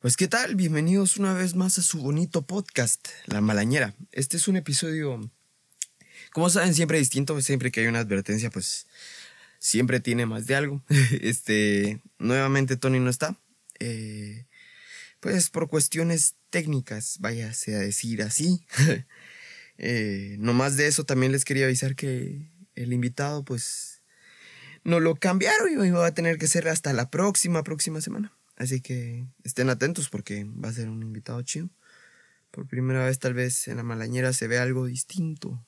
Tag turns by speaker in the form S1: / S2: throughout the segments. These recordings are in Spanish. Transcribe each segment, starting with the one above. S1: Pues qué tal, bienvenidos una vez más a su bonito podcast, La Malañera. Este es un episodio, como saben, siempre distinto, siempre que hay una advertencia, pues siempre tiene más de algo. Este, nuevamente Tony no está, eh, pues por cuestiones técnicas, váyase a decir así. eh, nomás de eso también les quería avisar que el invitado, pues, no lo cambiaron y va a tener que ser hasta la próxima, próxima semana. Así que estén atentos porque va a ser un invitado chido. Por primera vez tal vez en la malañera se ve algo distinto.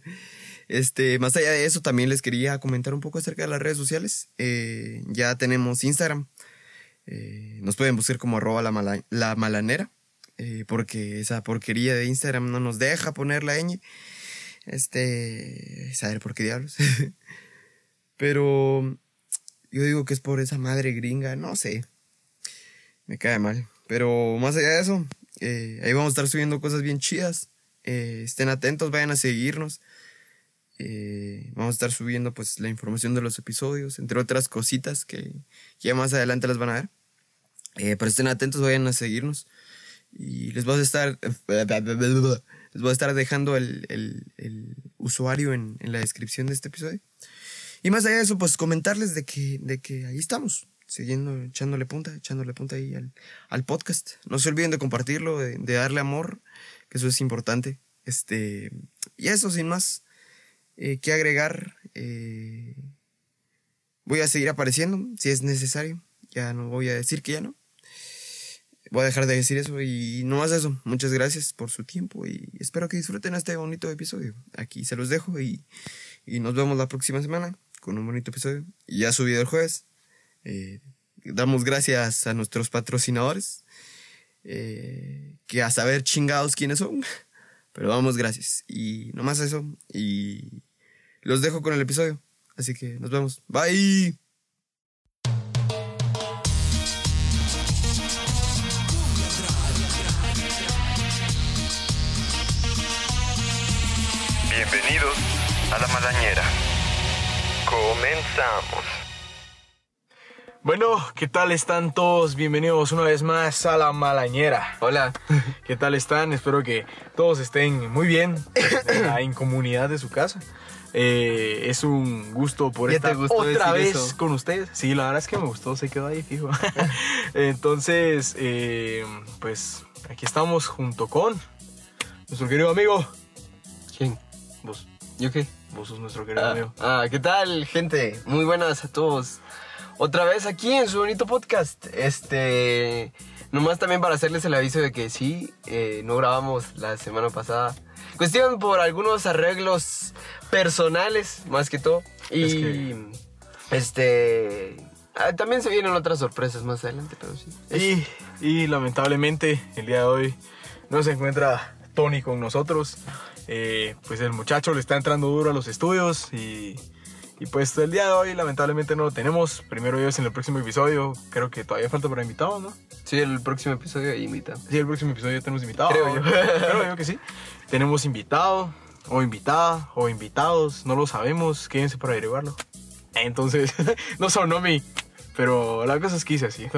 S1: este, más allá de eso, también les quería comentar un poco acerca de las redes sociales. Eh, ya tenemos Instagram. Eh, nos pueden buscar como arroba la, mala- la malanera. eh, porque esa porquería de Instagram no nos deja poner la ñ. Este, saber por qué diablos. Pero yo digo que es por esa madre gringa, no sé. Me cae mal. Pero más allá de eso, eh, ahí vamos a estar subiendo cosas bien chidas. Eh, estén atentos, vayan a seguirnos. Eh, vamos a estar subiendo pues la información de los episodios, entre otras cositas que que ya más adelante las van a ver. Eh, pero estén atentos, vayan a seguirnos. Y les vas a estar. Les voy a estar dejando el, el- el usuario en, en la descripción de este episodio. Y más allá de eso, pues comentarles de que, de que ahí estamos, siguiendo, echándole punta, echándole punta ahí al, al podcast. No se olviden de compartirlo, de, de darle amor, que eso es importante. Este, y eso, sin más eh, que agregar, eh, voy a seguir apareciendo si es necesario. Ya no voy a decir que ya no. Voy a dejar de decir eso y no más eso. Muchas gracias por su tiempo y espero que disfruten este bonito episodio. Aquí se los dejo y y nos vemos la próxima semana con un bonito episodio. Y ya subido el jueves. Eh, damos gracias a nuestros patrocinadores. eh, que a saber chingados quiénes son. Pero damos gracias. Y nomás eso. Y los dejo con el episodio. Así que nos vemos. Bye.
S2: Bienvenidos a la Malañera. Comenzamos.
S3: Bueno, ¿qué tal están todos? Bienvenidos una vez más a La Malañera.
S4: Hola,
S3: ¿Qué tal están? Espero que todos estén muy bien en la incomunidad de su casa. Eh, es un gusto por
S4: ¿Ya
S3: estar
S4: te gustó
S3: otra
S4: decir
S3: vez
S4: eso?
S3: con ustedes. Sí, la verdad es que me gustó, se quedó ahí fijo. Entonces, eh, pues aquí estamos junto con nuestro querido amigo.
S4: ¿quién?
S3: Vos,
S4: ¿Yo qué?
S3: vos sos nuestro querido
S4: Ah,
S3: amigo.
S4: ah, ¿qué tal, gente? Muy buenas a todos. Otra vez aquí en su bonito podcast. Este, nomás también para hacerles el aviso de que sí, eh, no grabamos la semana pasada. Cuestión por algunos arreglos personales, más que todo. Y,
S3: Es que-
S4: este, ah, también se vienen otras sorpresas más adelante, pero sí.
S3: Y, y lamentablemente el día de hoy no se encuentra Tony con nosotros. Eh, pues el muchacho le está entrando duro a los estudios y, y pues el día de hoy lamentablemente no lo tenemos. Primero ellos en el próximo episodio. Creo que todavía falta para invitados, ¿no?
S4: Sí, el próximo episodio ahí invita.
S3: Sí, el próximo episodio ya tenemos invitado.
S4: Creo yo.
S3: Creo yo que sí. Tenemos invitado o invitada o invitados. No lo sabemos. Quédense para averiguarlo. Entonces, no sonó mi... Pero la cosa es que hice así.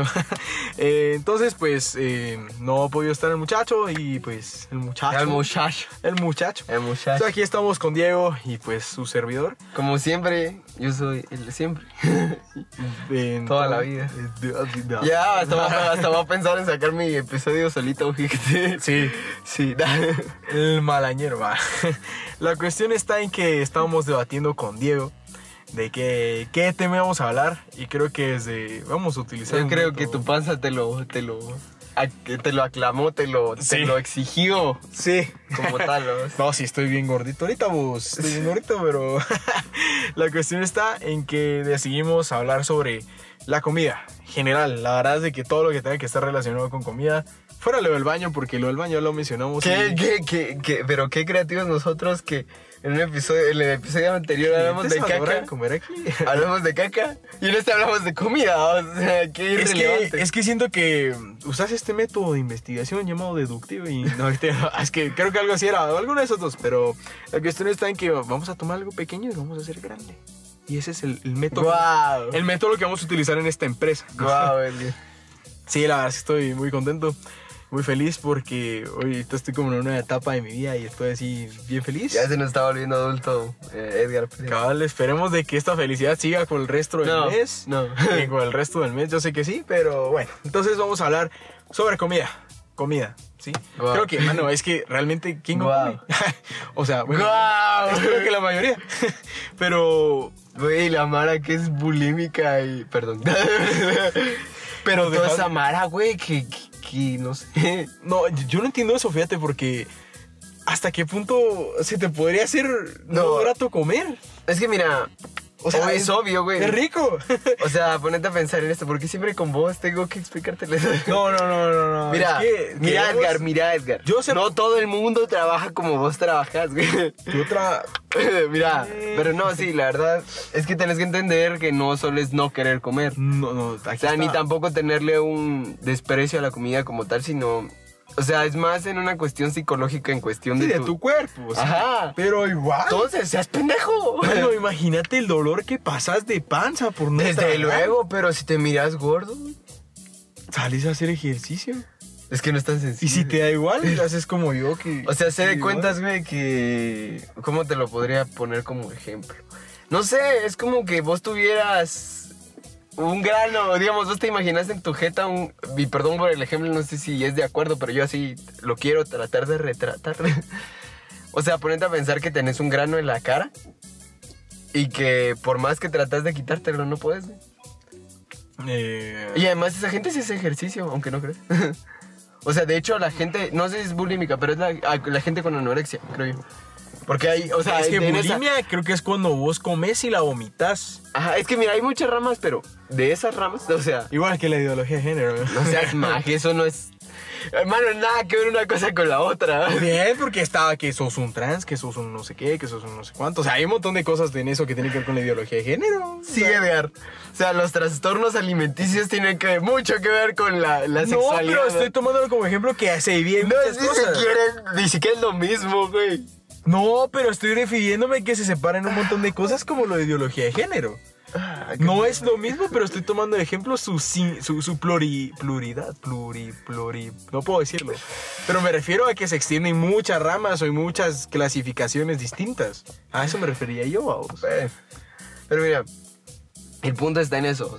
S3: Eh, entonces, pues, eh, no ha podido estar el muchacho y pues el muchacho...
S4: El muchacho.
S3: el muchacho.
S4: El muchacho.
S3: Entonces, aquí estamos con Diego y pues su servidor.
S4: Como siempre, yo soy el de siempre.
S3: En-
S4: Toda la vida.
S3: Eh,
S4: ya, hasta voy, a, hasta voy a pensar en sacar mi episodio solito, fíjate.
S3: Sí.
S4: Sí, da.
S3: El malañero, va. La cuestión está en que estábamos debatiendo con Diego de que, qué tema íbamos a hablar y creo que desde... Vamos a utilizar...
S4: Yo
S3: un
S4: creo
S3: método-
S4: que tu panza te lo, te lo, ac- te lo aclamó, te lo,
S3: Sí.
S4: te lo exigió
S3: Sí.
S4: como tal. ¿no?
S3: No, sí, estoy bien gordito ahorita, vos. Estoy bien gordito, pero... la cuestión está en que decidimos hablar sobre la comida general. La verdad es de que todo lo que tenga que estar relacionado con comida... Fuera lo del baño, porque lo del baño ya lo mencionamos.
S4: ¿Qué,
S3: y-
S4: qué, qué, qué- pero qué creativos nosotros que en un episodio, en el episodio anterior hablamos de
S3: Entonces, a la hora
S4: caca.
S3: comer aquí.
S4: Hablamos de caca y en este hablamos de comida, o sea, qué
S3: Es que,
S4: irrelevante.
S3: es que siento que usas este método de investigación llamado deductivo y no, este, es que creo que algo así era, alguno de esos dos, pero la cuestión está en que vamos a tomar algo pequeño y lo vamos a hacer grande. Y ese es el, el método.
S4: Guau.
S3: El método que vamos a utilizar en esta empresa.
S4: Guau, Elio.
S3: Sí, la verdad es que estoy muy contento, muy feliz porque hoy estoy como en una etapa de mi vida y estoy así bien feliz.
S4: Ya se nos está volviendo adulto eh, Edgar Pérez.
S3: Cabal, esperemos de que esta felicidad siga con el resto del
S4: No,
S3: mes.
S4: no.
S3: Y con el resto del mes, yo sé que sí, pero bueno. Entonces vamos a hablar sobre comida. Comida, ¿sí?
S4: Guau.
S3: Creo que, mano, es que realmente, ¿quién no
S4: Guau.
S3: come? o sea, bueno,
S4: ¡Guau!
S3: creo que la mayoría. pero,
S4: Güey, la Mara que es bulímica y. Perdón.
S3: pero
S4: Toda
S3: deja-
S4: esa Mara, güey, que, que, que no sé.
S3: No, yo no entiendo eso, fíjate, porque hasta qué punto se te podría hacer no,
S4: No.
S3: grato comer.
S4: Es que mira, o sea, es, obvio, güey.
S3: Es rico.
S4: O sea, ponete a pensar en esto, porque siempre con vos tengo que explicártelo.
S3: No, no, no, no, no.
S4: Mira,
S3: es que-
S4: mira
S3: queremos-
S4: Edgar, mira Edgar.
S3: Yo sé-
S4: No todo el mundo trabaja como vos trabajas, güey.
S3: Y otra.
S4: mira, pero no, sí, la verdad es que tenés que entender que no solo es no querer comer.
S3: No, no, aquí
S4: O sea, ni
S3: está.
S4: tampoco tenerle un desprecio a la comida como tal, sino... O sea, es más en una cuestión psicológica, en cuestión
S3: Sí,
S4: de,
S3: de tu cuerpo. o sea,
S4: Ajá.
S3: Pero igual.
S4: Entonces, seas pendejo.
S3: Bueno, imagínate el dolor que pasas de panza por no
S4: Desde
S3: tragar.
S4: luego, pero si te miras gordo, güey,
S3: Salís a hacer ejercicio.
S4: es que no es tan sencillo.
S3: Y si te da igual, haces como yo que.
S4: O sea, se de
S3: que
S4: cuentas, güey, que... ¿Cómo te lo podría poner como ejemplo? No sé, es como que vos tuvieras un grano, digamos, vos te imaginas en tu jeta un... Y perdón por el ejemplo, no sé si es de acuerdo, pero yo así lo quiero tratar de retratar. O sea, ponete a pensar que tenés un grano en la cara y que por más que tratas de quitártelo, no puedes, güey.
S3: igual. Eh,
S4: Y además esa gente sí hace ejercicio, aunque no creas. o sea, de hecho la gente, no sé si es bulímica, pero es la, a- la gente con anorexia, creo yo. Porque hay, o sea,
S3: es que
S4: en esa-
S3: bulimia creo que es cuando vos comes y la vomitas.
S4: Ajá, es que mira, hay muchas ramas, pero de esas ramas, o sea,
S3: Igual que la ideología de género.
S4: no seas maje, eso no es... Hermano, nada que ver una cosa con la otra.
S3: Bien, porque estaba que sos un trans, que sos un no sé qué, que sos un no sé cuánto. O sea, hay un montón de cosas en eso que tienen que ver con la ideología de género.
S4: Sí, Edgar. O sea, los trastornos alimenticios tienen que, mucho que ver con la, la
S3: no,
S4: sexualidad.
S3: pero estoy tomándolo como ejemplo que se divide en
S4: No,
S3: muchas
S4: ni
S3: cosas.
S4: siquiera, ni siquiera es lo mismo, güey.
S3: No, pero estoy refiriéndome que se separan un montón de cosas como lo de ideología de género.
S4: Ah,
S3: No es lo mismo, pero estoy tomando de ejemplo su, sin- su, su pluri- pluridad, pluri, pluri, no puedo decirlo. Pero me refiero a que se extienden muchas ramas o hay muchas clasificaciones distintas. A eso me refería yo, vamos.
S4: Bueno, Pero mira, el punto está en eso.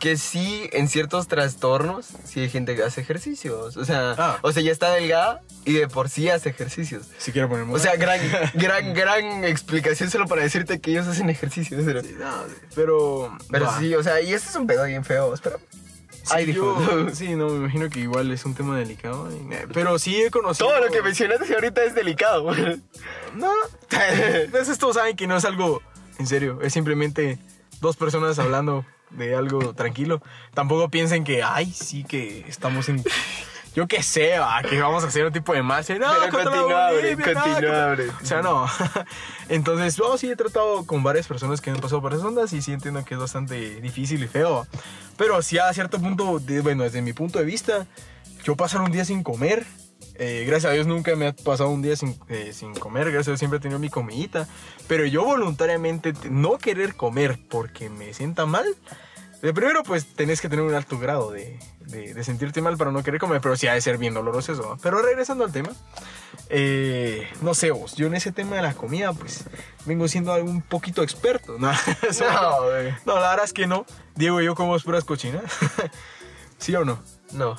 S4: Que sí, en ciertos trastornos, sí hay gente que hace ejercicios. O sea,
S3: Ah.
S4: o sea, ya está delgada y de por sí hace ejercicios.
S3: Si quiero ponerme...
S4: O sea, gran, gran, gran explicación solo para decirte que ellos hacen ejercicios. Pero,
S3: No, pero...
S4: pero
S3: bah,
S4: sí, o sea, y este es un pedo bien feo. Espera.
S3: sí,
S4: Ay,
S3: yo-
S4: dijo.
S3: sí, no, me imagino que igual es un tema delicado. y- eh, Pero sí he conocido...
S4: Todo lo que mencionaste ahorita es delicado, güey.
S3: No, entonces todos saben que no es algo en serio, es simplemente dos personas hablando de algo tranquilo. Tampoco piensen que, ay, sí que estamos en... Yo qué sé, va, que vamos a hacer un tipo de marcha. No,
S4: Pero
S3: contra la
S4: continúa, abre,
S3: bulimia, no,
S4: continúa,
S3: contra-
S4: abre.
S3: O sea, no. Entonces, yo sí he tratado con varias personas que han pasado por esas ondas y sí entiendo que es bastante difícil y feo. Pero sí a cierto punto, de- bueno, desde mi punto de vista, yo pasar un día sin comer, eh, gracias a Dios nunca me ha pasado un día sin, eh, sin comer, gracias a Dios siempre he tenido mi comidita, pero yo voluntariamente t- no querer comer porque me sienta mal, de primero pues tenés que tener un alto grado de, de- de sentirte mal para no querer comer, pero sí ha de ser bien doloroso eso. ¿no? Pero regresando al tema, eh, no sé vos, yo en ese tema de la comida pues vengo siendo algo un poquito experto, ¿no? Eso no.
S4: No, güey.
S3: No, la verdad es que no. Diego y yo comemos puras cochinas. ¿Sí o no?
S4: No.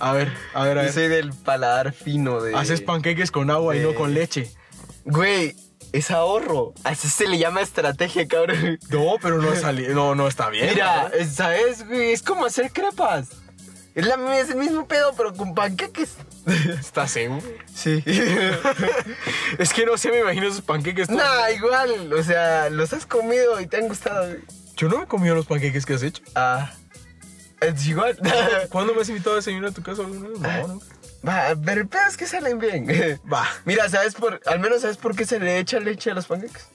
S3: A ver, a ver, a
S4: Yo
S3: ver.
S4: soy del paladar fino de.
S3: Haces panqueques con agua y no
S4: de-
S3: con leche.
S4: Güey, es ahorro. Así se le llama estrategia, cabrón.
S3: No, pero no sali- No, no está bien.
S4: Mira,
S3: ¿no?
S4: eh, ¿sabes, güey? Es como hacer crepas. Es, la, es el mismo pedo, pero con panqueques.
S3: ¿Estás seguro?
S4: Sí.
S3: Es que no sé, me imagino esos panqueques. todos-
S4: nah, igual. O sea, los has comido y te han gustado. güey.
S3: Yo no me he comido los panqueques que has hecho.
S4: Ah. Es igual.
S3: ¿Cuándo me has invitado a desayunar a tu casa alguna vez? No,
S4: Ah.
S3: no.
S4: Va, pero el pedo es que salen bien.
S3: Va.
S4: Mira, ¿sabes por. Al menos sabes por qué se le echa leche a los panqueques?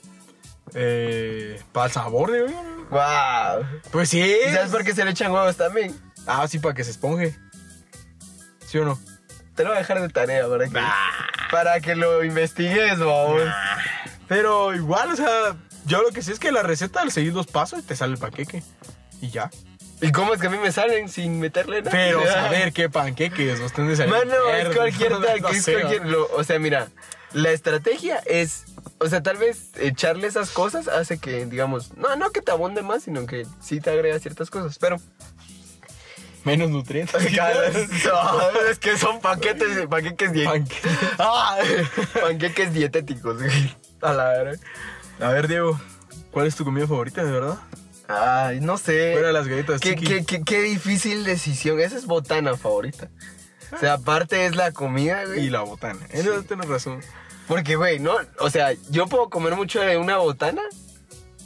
S3: Eh, ¿Para el sabor de
S4: Wow.
S3: Pues sí.
S4: ¿Y sabes por qué se le echan huevos también?
S3: Ah, sí, para que se esponje. ¿Sí o no?
S4: Te lo voy a dejar de tarea para que. Para que lo investigues, vamos.
S3: Pero igual, o sea, yo lo que sé es que la receta al seguir los pasos te sale el panqueque. Y ya.
S4: ¿Y cómo es que a mí me salen sin meterle nada?
S3: Pero saber qué panqueques nos tenés ahí.
S4: Mano, es
S3: Mierda,
S4: cualquier
S3: no
S4: tal, es
S3: sé,
S4: cualquier.
S3: va.
S4: lo- o sea, mira, la estrategia es. O sea, tal vez echarle esas cosas hace que, digamos, no, no que te abunde más, sino que sí te agrega ciertas cosas. Pero.
S3: Menos nutrientes.
S4: No, es que son paquetes, panqueques dietéticos.
S3: Panque-
S4: Ah. panqueques dietéticos, güey. A la verdad.
S3: A ver, Diego, ¿cuál es tu comida favorita, de verdad?
S4: Ay, no sé.
S3: Fuera de las galletas,
S4: Eh, Qué,
S3: chiqui.
S4: qué- qué- qué difícil decisión. Esa es botana favorita. O sea, aparte es la comida, güey.
S3: Y la botana. En eso tienes razón.
S4: Porque, güey, no, o sea, yo puedo comer mucho de una botana.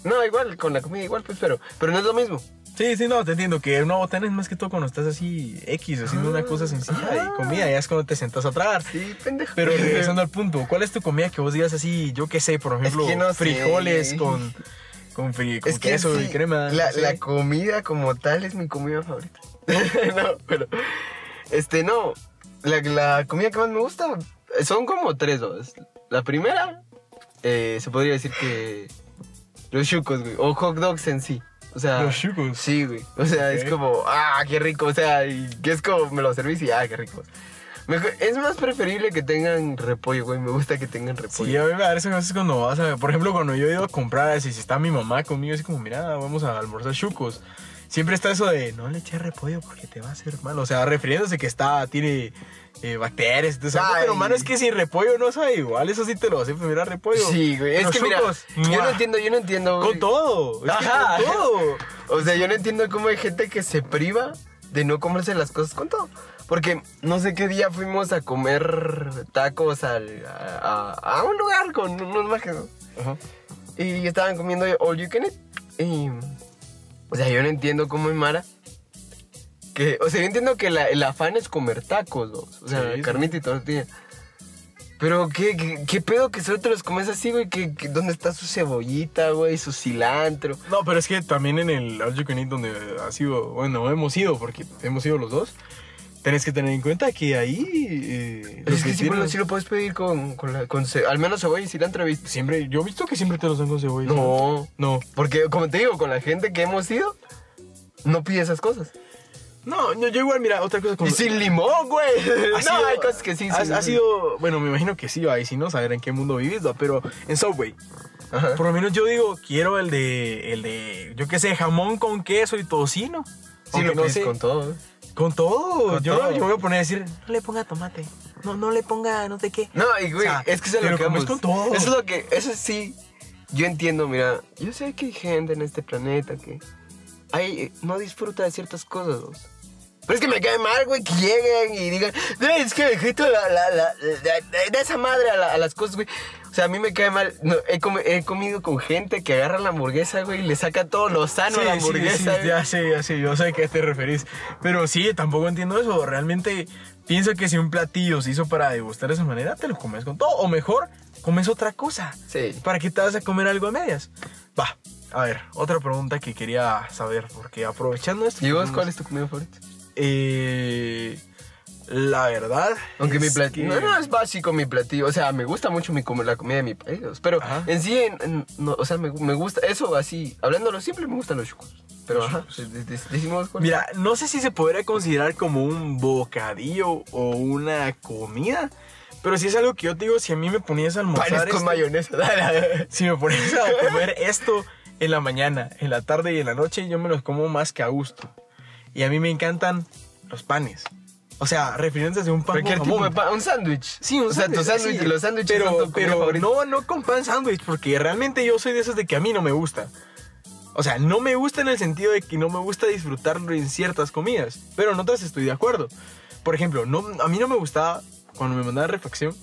S4: No, igual, con la comida igual, pues, pero, pero no es lo mismo.
S3: Sí, sí, no, te entiendo que una botana es más que todo cuando estás así X, haciendo una cosa sencilla y comida, ya es cuando te sentas a tragar.
S4: Ah. Sí, pendejo.
S3: Pero regresando al punto, ¿cuál es tu comida que vos digas así, yo qué sé, por ejemplo,
S4: que no sé.
S3: frijoles con, con, fri- con
S4: es que
S3: queso
S4: sí,
S3: y crema?
S4: La,
S3: no sé.
S4: la comida como tal es mi comida favorita. no, pero, este, no, la, la comida que más me gusta son como tres, dos. La primera, eh, se podría decir que los chucos, güey, o hot dogs en sí. O sea,
S3: Los chucos.
S4: Sí, güey. O sea,
S3: Ok.
S4: es como, ah, qué rico. O sea, y que es como, me lo servís y, ah, qué rico. Mejor- es más preferible que tengan repollo, güey. Me gusta que tengan repollo.
S3: Sí, a mí me parece que a veces cuando vas a... Por ejemplo, cuando yo he ido a comprar, así, si está mi mamá conmigo, así como, mira, vamos a almorzar chucos. Siempre está eso de, no le eches repollo porque te va a hacer mal. O sea, refiriéndose que está, tiene eh, bacterias. Entonces,
S4: Ay.
S3: pero, mano, es que si repollo no sabe igual, eso sí te lo hace, pues, mira, repollo.
S4: Sí, güey. Es
S3: Los
S4: que mira,
S3: chucos,
S4: yo no
S3: ¡mua!
S4: entiendo, yo no entiendo. güey.
S3: Con todo. Es que
S4: Ajá.
S3: con todo.
S4: O sea, yo no entiendo cómo hay gente que se priva de no comerse las cosas con todo. Porque no sé qué día fuimos a comer tacos al- a, a- a un lugar con unos máquinas. Y estaban comiendo all you can eat. Y, o sea, yo no entiendo cómo es Mara. Que, o sea, yo entiendo que la- el afán es comer tacos, ¿no? o sea,
S3: Sí, sí.
S4: carnita y tortilla. Pero ¿qué, qué, qué pedo que solo te los comes así, güey. que que- ¿Dónde está su cebollita, güey? Su cilantro.
S3: No, pero es que también en el All You Can Eat donde ha sido, bueno, hemos ido, porque hemos ido los dos, tenés que tener en cuenta que ahí... eh,
S4: Pues Es
S3: los
S4: que,
S3: que
S4: sí, pero
S3: tienen-
S4: sí lo puedes pedir con, con, la- con ce- al menos cebolla y cilantro, ¿viste?
S3: Siempre, yo he visto que siempre te los dan con cebolla.
S4: No,
S3: No.
S4: porque como te digo, con la gente que hemos ido, no pide esas cosas.
S3: No, yo, yo igual, mira, otra cosa como...
S4: Y sin limón, güey. No,
S3: Ha sido-
S4: hay cosas que sí.
S3: Ha,
S4: sin
S3: ha
S4: limón.
S3: sido, bueno, me imagino que sí, ahí sí no saber en qué mundo vivís, ¿va? pero en Subway.
S4: Ajá.
S3: Por lo menos yo digo, quiero el de, el de, yo qué sé, jamón con queso y tocino.
S4: Sí,
S3: Aunque
S4: lo
S3: no
S4: pides
S3: sé,
S4: con todo. ¿eh?
S3: Con todo.
S4: Con
S3: yo,
S4: todo.
S3: yo me voy a poner a decir, no le ponga tomate. No, no le ponga no sé qué.
S4: No, y güey,
S3: O sea,
S4: es que eso es
S3: pero
S4: lo que
S3: comes
S4: vamos.
S3: con todo.
S4: Eso es lo que, eso sí, yo entiendo, mira, yo sé que hay gente en este planeta que hay, eh, no disfruta de ciertas cosas, ¿no? Pero es que me cae mal, güey, que lleguen y digan, "No, es que me quito la, la, la, la- de esa madre a, la- a las cosas, güey. O sea, a mí me cae mal. No, he, comi- he comido con gente que agarra la hamburguesa, güey, y le saca todo lo sano a Ah, la hamburguesa.
S3: Sí,
S4: güey.
S3: ya sé, ya sé, yo sé a qué te referís. Pero sí, tampoco entiendo eso. Realmente pienso que si un platillo se hizo para degustar de esa manera, te lo comes con todo. O mejor, comes otra cosa.
S4: Sí.
S3: ¿Para qué te vas a comer algo a medias? Va, a ver, otra pregunta que quería saber, porque aprovechando esto.
S4: ¿Y vos
S3: pues,
S4: cuál es tu comida favorita?
S3: Eh, la verdad.
S4: Aunque mi
S3: es
S4: platillo.
S3: que-
S4: No, no, es básico mi platillo. O sea, me gusta mucho mi comi- la comida de mi país. Pero
S3: Ajá.
S4: en sí, en- en- no, o sea, me, me gusta. Eso así, hablándolo simple, me gustan los chucos. Pero
S3: Los
S4: ajá, de- de- decimos cuál.
S3: Mira, no sé si se podría considerar como un bocadillo o una comida, pero si es algo que yo te digo, si a mí me ponías a almorzar este,
S4: panes con
S3: esto-
S4: mayonesa. dale.
S3: si me pones a comer esto en la mañana, en la tarde y en la noche, yo me los como más que a gusto. Y a mí me encantan los panes. O sea, refiriéndose a un pan
S4: Cualquier
S3: con
S4: tipo
S3: jamón.
S4: de pan. Un sándwich.
S3: Sí, un
S4: O sea, tu
S3: sándwich,
S4: sándwich,
S3: sí.
S4: los sándwiches
S3: Pero,
S4: son tu comida
S3: pero
S4: favorita.
S3: no, no con pan sándwich, porque realmente yo soy de esos de que a mí no me gusta. O sea, no me gusta en el sentido de que no me gusta disfrutarlo en ciertas comidas, pero en otras estoy de acuerdo. Por ejemplo, no, a mí no me gustaba cuando me mandaban refacción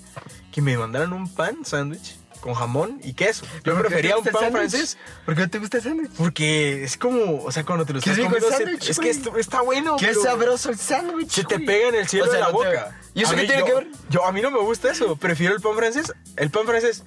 S3: que me mandaran un pan sándwich con jamón y queso. Yo
S4: ¿Pero por qué te
S3: prefería un
S4: gusta el
S3: pan
S4: sándwich?
S3: francés
S4: ¿Por qué no te gusta el sándwich?
S3: porque es como, o sea, cuando te lo
S4: Qué
S3: estás
S4: rico el
S3: comiendo, se-
S4: sándwich,
S3: es
S4: güey.
S3: que esto- está bueno.
S4: Qué
S3: pero-
S4: sabroso el sándwich.
S3: se te
S4: güey.
S3: pega en el cielo
S4: O sea,
S3: de la
S4: no te-
S3: boca.
S4: ¿Y eso
S3: A
S4: qué
S3: mí-
S4: tiene
S3: yo-
S4: que ver?
S3: Yo, a mí no me gusta eso. Prefiero el pan francés. El pan francés.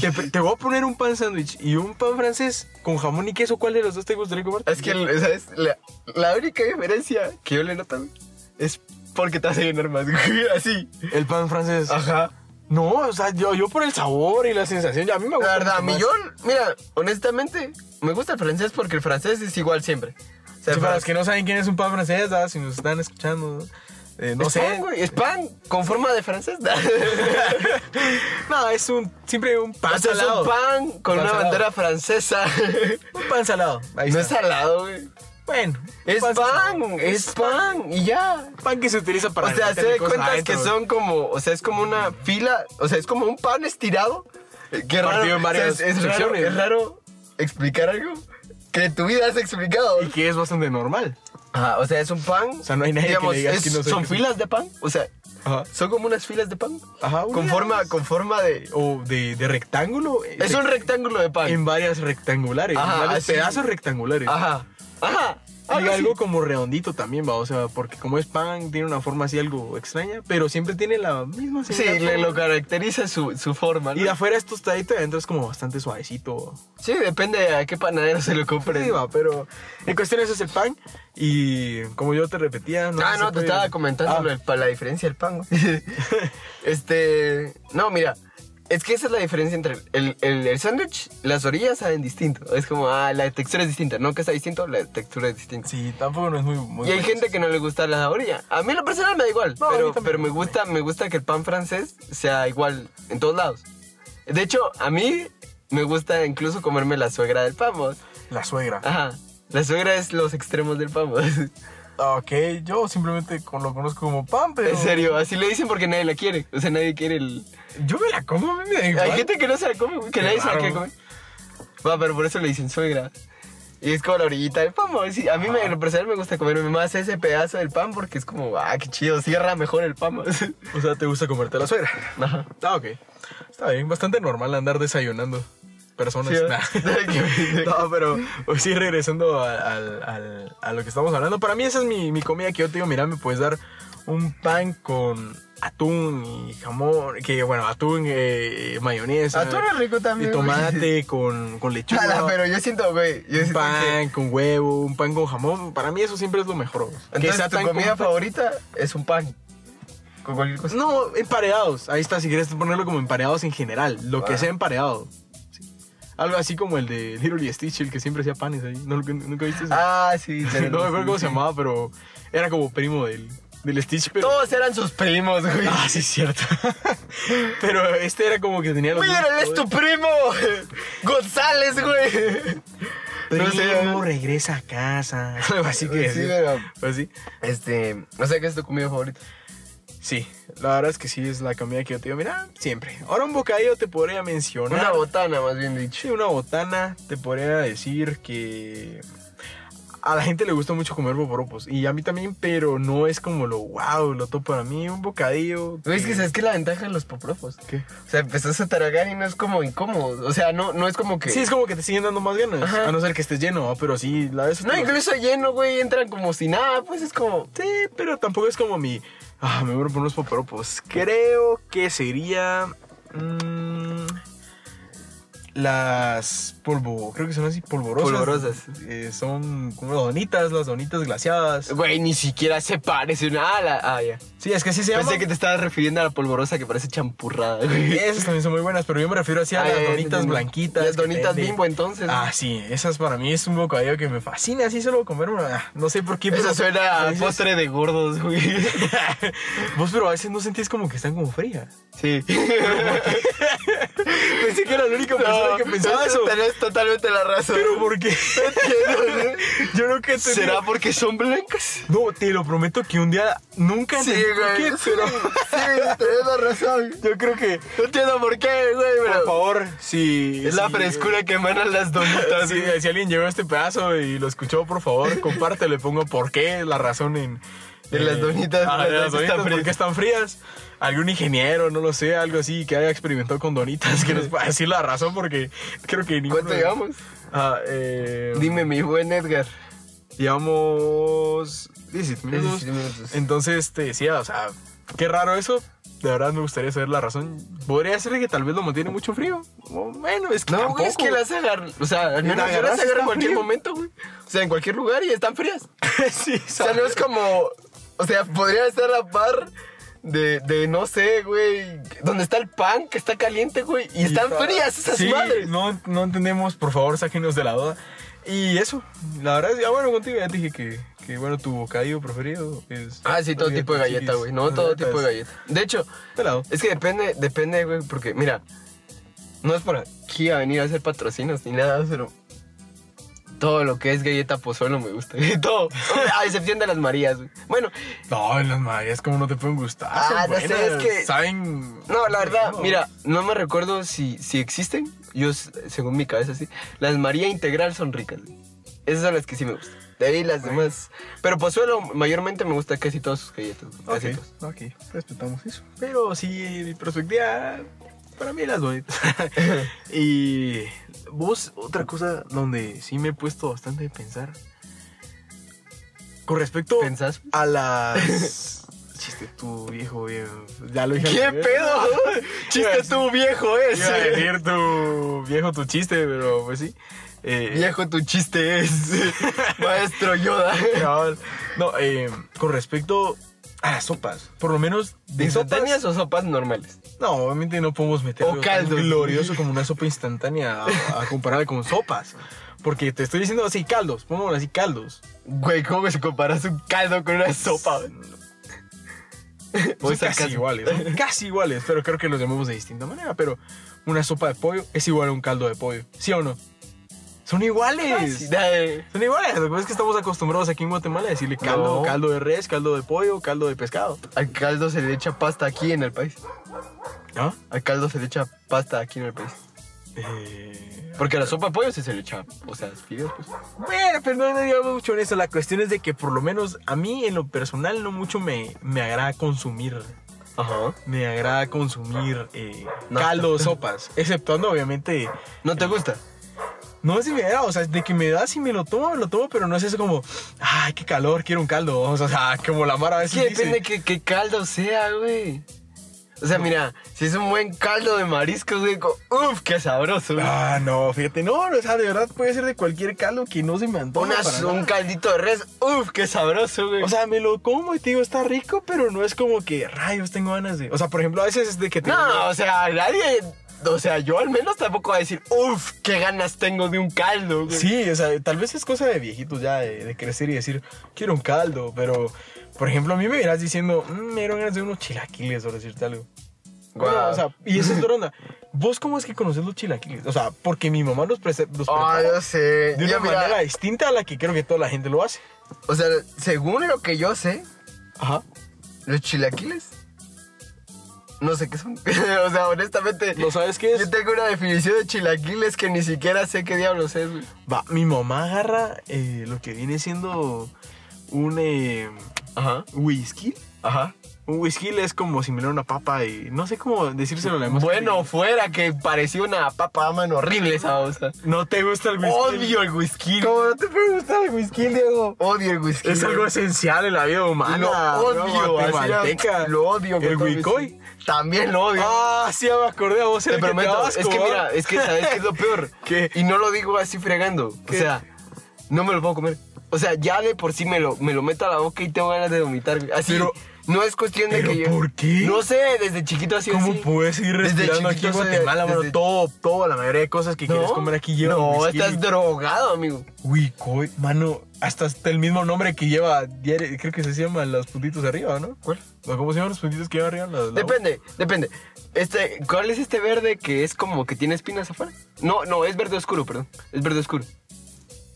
S3: Te, te voy a poner un pan sándwich y un pan francés con jamón y queso. ¿Cuál de los dos te gustaría comer?
S4: Es que, ¿sabes? La, la única diferencia que yo le noto güey, es porque te hace llenar más. güey, Así.
S3: el pan francés.
S4: Ajá.
S3: No, o sea, yo, yo por el sabor y la sensación. ya a mí me gusta.
S4: La verdad,
S3: mucho más.
S4: millón. Mira, honestamente, me gusta el francés porque el francés es igual siempre. sea,
S3: Sí, para los que no saben quién es un pan francés, ¿verdad? si nos están escuchando, eh, no
S4: es
S3: sé.
S4: pan, güey, es pan con forma de francés.
S3: no, es un siempre un pan
S4: o sea, es
S3: salado.
S4: un pan con
S3: Pan
S4: una
S3: salado.
S4: bandera francesa.
S3: Un pan salado. Ahí
S4: no es
S3: está.
S4: salado, güey.
S3: Bueno, un
S4: Es
S3: salado.
S4: pan, es pan, y ya.
S3: Pan que se utiliza para
S4: O sea, se
S3: meterle
S4: de
S3: cosas
S4: cuenta
S3: adentro,
S4: que
S3: güey.
S4: son como, o sea, es como una fila, o sea, es como un pan estirado. eh, Qué raro.
S3: Partido en
S4: o sea,
S3: varias
S4: es, es raro,
S3: secciones.
S4: es raro explicar algo que en tu vida has explicado.
S3: y que es bastante normal.
S4: Ajá, o sea, es un pan.
S3: sea, no hay nadie que
S4: digamos,
S3: le digas
S4: es-
S3: que no sé
S4: Son
S3: qué es.
S4: filas de pan, o sea,
S3: Ajá.
S4: son como unas filas de pan.
S3: Ajá,
S4: Con
S3: unas-
S4: forma, con forma de.
S3: O de, de rectángulo. eh,
S4: Es
S3: se-
S4: un rectángulo de pan.
S3: en varias rectangulares,
S4: Ajá,
S3: en varios
S4: así.
S3: pedazos rectangulares.
S4: Ajá. Ajá.
S3: Y
S4: algo así.
S3: algo como redondito también, va, o sea, porque como es pan, tiene una forma así algo extraña, pero siempre tiene la misma
S4: Sí,
S3: similar
S4: le-
S3: forma.
S4: lo caracteriza su, su forma. ¿no?
S3: Y de afuera es tostadito y adentro es como bastante suavecito.
S4: Sí, depende a qué panadero se lo compre.
S3: Sí, va, pero en cuestión eso es el pan y como yo te repetía...
S4: ah,
S3: sé
S4: no,
S3: si
S4: te
S3: puede-
S4: estaba comentando
S3: Ah,
S4: lo del- pa- la diferencia del pan, güey. este. No, mira. Es que esa es la diferencia entre el, el, el sándwich, las orillas saben distinto. Es como, ah, la textura es distinta. No que está distinto, la textura es distinta.
S3: Sí, tampoco no es muy... muy
S4: y hay
S3: bueno.
S4: gente que no le gusta la orilla. A mí en lo personal me da igual,
S3: No, a mí
S4: pero,
S3: también
S4: pero
S3: me
S4: me
S3: gusta.
S4: gusta, me gusta que el pan francés sea igual en todos lados. De hecho, a mí me gusta incluso comerme la suegra del pan. ¿vos?
S3: La suegra.
S4: Ajá. La suegra es los extremos del pan. ¿vos?
S3: Ok, yo simplemente con- lo conozco como pan, pero...
S4: Ah. En serio, así le dicen porque nadie la quiere. O sea, nadie quiere el.
S3: Yo me la como, a mí me da igual.
S4: Hay gente que no se la come, güey, que
S3: Qué
S4: nadie se la
S3: raro.
S4: quiere comer. Va, pero por eso le dicen suegra. Y es como la orillita del pan. ¿vos? Sí, a mí me, en lo personal me gusta comerme más ese pedazo del pan porque es como, ah, qué chido, cierra mejor el pan. ¿vos?
S3: O sea, ¿te gusta comerte la suegra?
S4: Ajá.
S3: Ah, ok. Está bien, bastante normal andar desayunando personas.
S4: Sí,
S3: Nah.
S4: ¿eh?
S3: no, pero pues, sí, regresando a, al- al- a lo que estamos hablando. Para mí esa es mi, mi comida que yo te digo, mira, me puedes dar un pan con atún y jamón, que bueno, atún, eh, mayonesa.
S4: Atún es Ah, rico también,
S3: Y
S4: güey.
S3: tomate con, con lechuga.
S4: Ala, pero yo siento, güey, yo
S3: un
S4: siento que...
S3: pan con huevo, un pan con jamón. Para mí eso siempre es lo mejor. güey. que sea
S4: Entonces, tu
S3: tan
S4: comida
S3: completo.
S4: favorita es un pan. Con cualquier
S3: Pues
S4: cosa.
S3: No, empareados. Ahí está, si quieres ponerlo como empareados en general. Lo que
S4: Ah.
S3: sea empareado. Sí. Algo así como el de Little y Stitch, el que siempre hacía panes ahí. ¿No, lo- ¿Nunca viste eso?
S4: Ah, sí.
S3: no me
S4: tenés
S3: acuerdo
S4: razón,
S3: cómo se
S4: sí.
S3: llamaba, pero era como primo del, del Stitch, pero...
S4: Todos eran sus primos, güey.
S3: Ah, sí, es cierto. pero este era como que tenía los...
S4: Mira, él es tu primo. González, güey.
S3: Primo,
S4: no sé.
S3: regresa a casa. Algo así que...
S4: Pues Sí, pero-
S3: Pues sí.
S4: Este, o sea, ¿qué es tu comida favorita?
S3: Sí, la verdad es que sí es la comida que yo te digo, mira, siempre. Ahora un bocadillo te podría mencionar.
S4: Una botana, más bien dicho.
S3: Sí, una botana, te podría decir que a la gente le gusta mucho comer boboropos y a mí también, pero no es como lo wow, lo top para mí, un bocadillo.
S4: Güey, es que sabes que la ventaja de los poprofos.
S3: ¿Qué?
S4: O sea, empezás a tragar y no es como incómodo. O sea, no, no es como que.
S3: Sí, es como que te siguen dando más ganas,
S4: Ajá.
S3: a no ser que estés lleno, ¿va? pero sí, la vez
S4: No, incluso lleno, güey, entran como si nada, pues es como.
S3: Sí, pero tampoco es como mi ah, me muero por unos poporopos. Creo que sería mm, las polvo, creo que son así polvorosas.
S4: Polvorosas.
S3: Eh, son como donitas, las donitas glaciadas.
S4: Güey, ni siquiera se parece una ala. Ah, ya.
S3: Sí, es que así se llama.
S4: Pensé que te estabas refiriendo a la polvorosa que parece champurrada, güey.
S3: Esas también son muy buenas, pero yo me refiero así a
S4: Ah, ya,
S3: las
S4: ya,
S3: donitas
S4: entiendo.
S3: blanquitas.
S4: Las
S3: que
S4: donitas
S3: venden.
S4: bimbo, entonces.
S3: Ah, sí, esas para mí es un bocadillo que me fascina, así solo comer una. ah, No sé por qué.
S4: Eso
S3: pero-
S4: suena a
S3: veces-
S4: postre de gordos, güey.
S3: Vos, pero a veces no sentís como que están como frías.
S4: Sí. Pensé que era la única
S3: persona que pensaba eso.
S4: Tenés totalmente la razón.
S3: Pero ¿por qué?
S4: Entiendo,
S3: Yo creo que
S4: ¿no?
S3: te-
S4: ¿Será porque son blancas?
S3: No, te lo prometo que un día nunca entendí por qué,
S4: Sí,
S3: pero
S4: tenés la razón.
S3: yo creo que
S4: No entiendo por qué, güey,
S3: por
S4: pero...
S3: favor, si
S4: es la
S3: si-
S4: frescura que emanan las donitas.
S3: Si,
S4: güey.
S3: si alguien llegó a este pedazo y lo escuchó, por favor, compártelo. Le pongo por qué, la razón en.
S4: De las donitas,
S3: ah, de las donitas,
S4: están
S3: ¿por qué
S4: frías.
S3: están frías? Algún ingeniero, no lo sé, algo así que haya experimentado con donitas, que nos va a decir la razón porque creo que ninguno.
S4: ¿Cuánto llevamos?
S3: Ah, eh,
S4: Dime, mi buen Edgar.
S3: Llevamos 17 minutos.
S4: 17 minutos.
S3: Entonces te decía, o sea, qué raro eso. De verdad me gustaría saber la razón. Podría ser que tal vez lo mantiene mucho frío. O, Bueno, es que
S4: No,
S3: tampoco.
S4: güey, es que las agarran. O sea, al menos
S3: Las
S4: yo
S3: agarras,
S4: las agarro
S3: está
S4: en cualquier
S3: frío.
S4: momento, güey. O sea, en cualquier lugar y están frías.
S3: sí,
S4: O sea, no es como. O sea, podría estar a la par de, de no sé, güey. Donde está el pan que está caliente, güey. Y están frías esas
S3: Sí,
S4: madres.
S3: No, no entendemos, por favor, sáquenos de la duda. Y eso, la verdad es que, ah, bueno, contigo ya te dije que, que, bueno, tu bocadillo preferido es.
S4: Ah, sí, todo
S3: las
S4: tipo de
S3: galletas
S4: galleta,
S3: chiquis,
S4: güey. No,
S3: las
S4: todo tipo de
S3: galletas.
S4: galleta. De hecho,
S3: Pelado.
S4: es que depende, depende, güey, porque, mira, no es por aquí a venir a hacer patrocinios ni nada, pero todo lo que es galleta pozuelo me gusta. todo, a excepción de las Marías, güey. Bueno,
S3: No, las marías como no te pueden gustar. son
S4: Ah, no sé,
S3: buenas,
S4: es que-
S3: Saben.
S4: no, la verdad,
S3: bueno.
S4: mira, no me recuerdo si, si existen. Yo, s- según mi cabeza, sí. Las María Integral son ricas, güey. Esas son las que sí me gustan. De ahí las demás. Pero pozuelo, mayormente me gusta casi todas sus galletas. güey,
S3: Ok,
S4: Casi todas.
S3: ok, respetamos eso. Pero sí, mi perspectiva, para mí las bonitas. y vos, otra cosa donde sí me he puesto bastante a pensar. Con respecto
S4: ¿Pensás?
S3: a las... Chiste tu viejo, viejo. Ya lo dije. al
S4: ¿Qué
S3: revés.
S4: pedo?
S3: Iba a
S4: Chiste
S3: decir-
S4: tu viejo
S3: Iba a
S4: es.
S3: decir tu viejo, tu chiste, pero pues sí. Eh,
S4: Viejo tu chiste es. Maestro Yoda.
S3: cabal. No, eh, con respecto a las sopas. Por lo menos de sopas...
S4: ¿Instantáneas o sopas normales?
S3: No, obviamente no podemos meter
S4: O
S3: algo
S4: caldo.
S3: tan glorioso como una sopa instantánea a, a compararla con sopas. Porque te estoy diciendo así, caldos, pongámoslo así, caldos.
S4: Güey, ¿cómo que se comparas un caldo con una sopa? güey?
S3: Son
S4: Voy
S3: Pues, casi
S4: sarcasmo.
S3: iguales, ¿no? casi iguales, pero creo que los llamamos de distinta manera. Pero una sopa de pollo es igual a un caldo de pollo, ¿sí o no? Son
S4: Casi,
S3: iguales.
S4: dale.
S3: Son iguales, lo que pasa es que estamos acostumbrados aquí en Guatemala a decirle caldo,
S4: No.
S3: caldo de res, caldo de pollo, caldo de pescado.
S4: Al caldo se le echa pasta aquí en el país.
S3: ¿Ah?
S4: Al caldo se le echa pasta aquí en el país.
S3: Eh,
S4: Porque a la sopa de pollo sí se le echa, o sea, fideos, pues.
S3: Bueno, pero no, no digamos mucho en eso. La cuestión es de que por lo menos a mí en lo personal no mucho me, me agrada consumir.
S4: Ajá.
S3: Me agrada consumir eh,
S4: Nada.
S3: caldo, sopas. Exceptuando obviamente...
S4: ¿No te gusta?
S3: No es si me da, o sea, de que me da, si me lo tomo, me lo tomo, pero no es eso como, ay, qué calor, quiero un caldo. O sea, como la mara a
S4: Es que
S3: veces dice.
S4: depende que, que caldo sea, güey. O sea, mira, si es un buen caldo de mariscos, güey, co- uf, qué sabroso. güey.
S3: Ah, no, fíjate, no, o sea, de verdad puede ser de cualquier caldo que no se me antoja
S4: Unas-
S3: para
S4: un
S3: nada.
S4: caldito de res, uf, qué sabroso, güey.
S3: O sea, me lo como y te digo, está rico, pero no es como que, rayos, tengo ganas de... O sea, por ejemplo, a veces es de que... te digo,
S4: No, o sea, nadie. O sea, yo al menos tampoco voy a decir, uff, qué ganas tengo de un caldo. güey".
S3: Sí, o sea, tal vez es cosa de viejitos ya, de, de crecer y decir, quiero un caldo, pero, por ejemplo, a mí me irás diciendo, "Mm, me dieron ganas de unos chilaquiles, o decirte algo.
S4: Guau.
S3: No, o sea, y esa es otra onda. ¿Vos cómo es que conoces los chilaquiles? O sea, porque mi mamá los, prese- los
S4: Ah,
S3: prepara
S4: yo sé.
S3: de una
S4: Ya, mira,
S3: manera distinta a la que creo que toda la gente lo hace.
S4: O sea, según lo que yo sé,
S3: Ajá.
S4: los chilaquiles. No sé qué son. o sea, honestamente.
S3: ¿No sabes qué es?
S4: Yo tengo una definición de chilaquiles que ni siquiera sé qué diablos es, güey.
S3: Va, mi mamá agarra eh, lo que viene siendo un eh,
S4: Ajá.
S3: whisky.
S4: Ajá.
S3: Un whisky es como similar a una papa y no sé cómo decírselo a la demás
S4: Bueno, fuera que parecía una papa, mano, horrible esa osa.
S3: gente. ¿No te gusta el whisky?
S4: Odio el whisky.
S3: ¿Cómo no te puede gustar el whisky, Diego?
S4: Odio el whisky.
S3: Es algo esencial en la vida humana.
S4: lo
S3: ¿no?
S4: odio, así
S3: Guatemalteca.
S4: era- lo odio. con
S3: ¿El
S4: todo mi
S3: Wicoy?
S4: ser. También lo odio.
S3: Ah, sí, ya me acordé a vos. el
S4: te
S3: que
S4: prometo,
S3: daba
S4: es
S3: asco,
S4: que mira,
S3: ¿va?
S4: es que sabes que es lo peor.
S3: ¿Qué?
S4: Y no lo digo así fregando.
S3: ¿Qué?
S4: O sea, no me lo puedo comer. O sea, ya de por sí me lo, me lo meto a la boca y tengo ganas de vomitar. güey. Así,
S3: Pero-
S4: no es cuestión de
S3: ¿pero
S4: que yo...
S3: por qué?
S4: No sé, desde chiquito así
S3: ¿Cómo
S4: así.
S3: puedes ir
S4: Desde
S3: respirando aquí
S4: chiquito
S3: en
S4: soy-
S3: Guatemala, mano?
S4: desde-
S3: Todo, todo, la mayoría de cosas que quieres comer aquí lleva
S4: No,
S3: whisky.
S4: estás drogado, amigo.
S3: Wicoy, mano, hasta hasta el mismo nombre que lleva, diario- creo que se llaman los puntitos arriba, ¿no?
S4: ¿Cuál?
S3: ¿O ¿Cómo se llaman los puntitos que llevan arriba? La- la-
S4: Depende, depende. Este, ¿Cuál es este verde que es como que tiene espinas afuera? No, no, es verde oscuro, perdón. Es verde oscuro.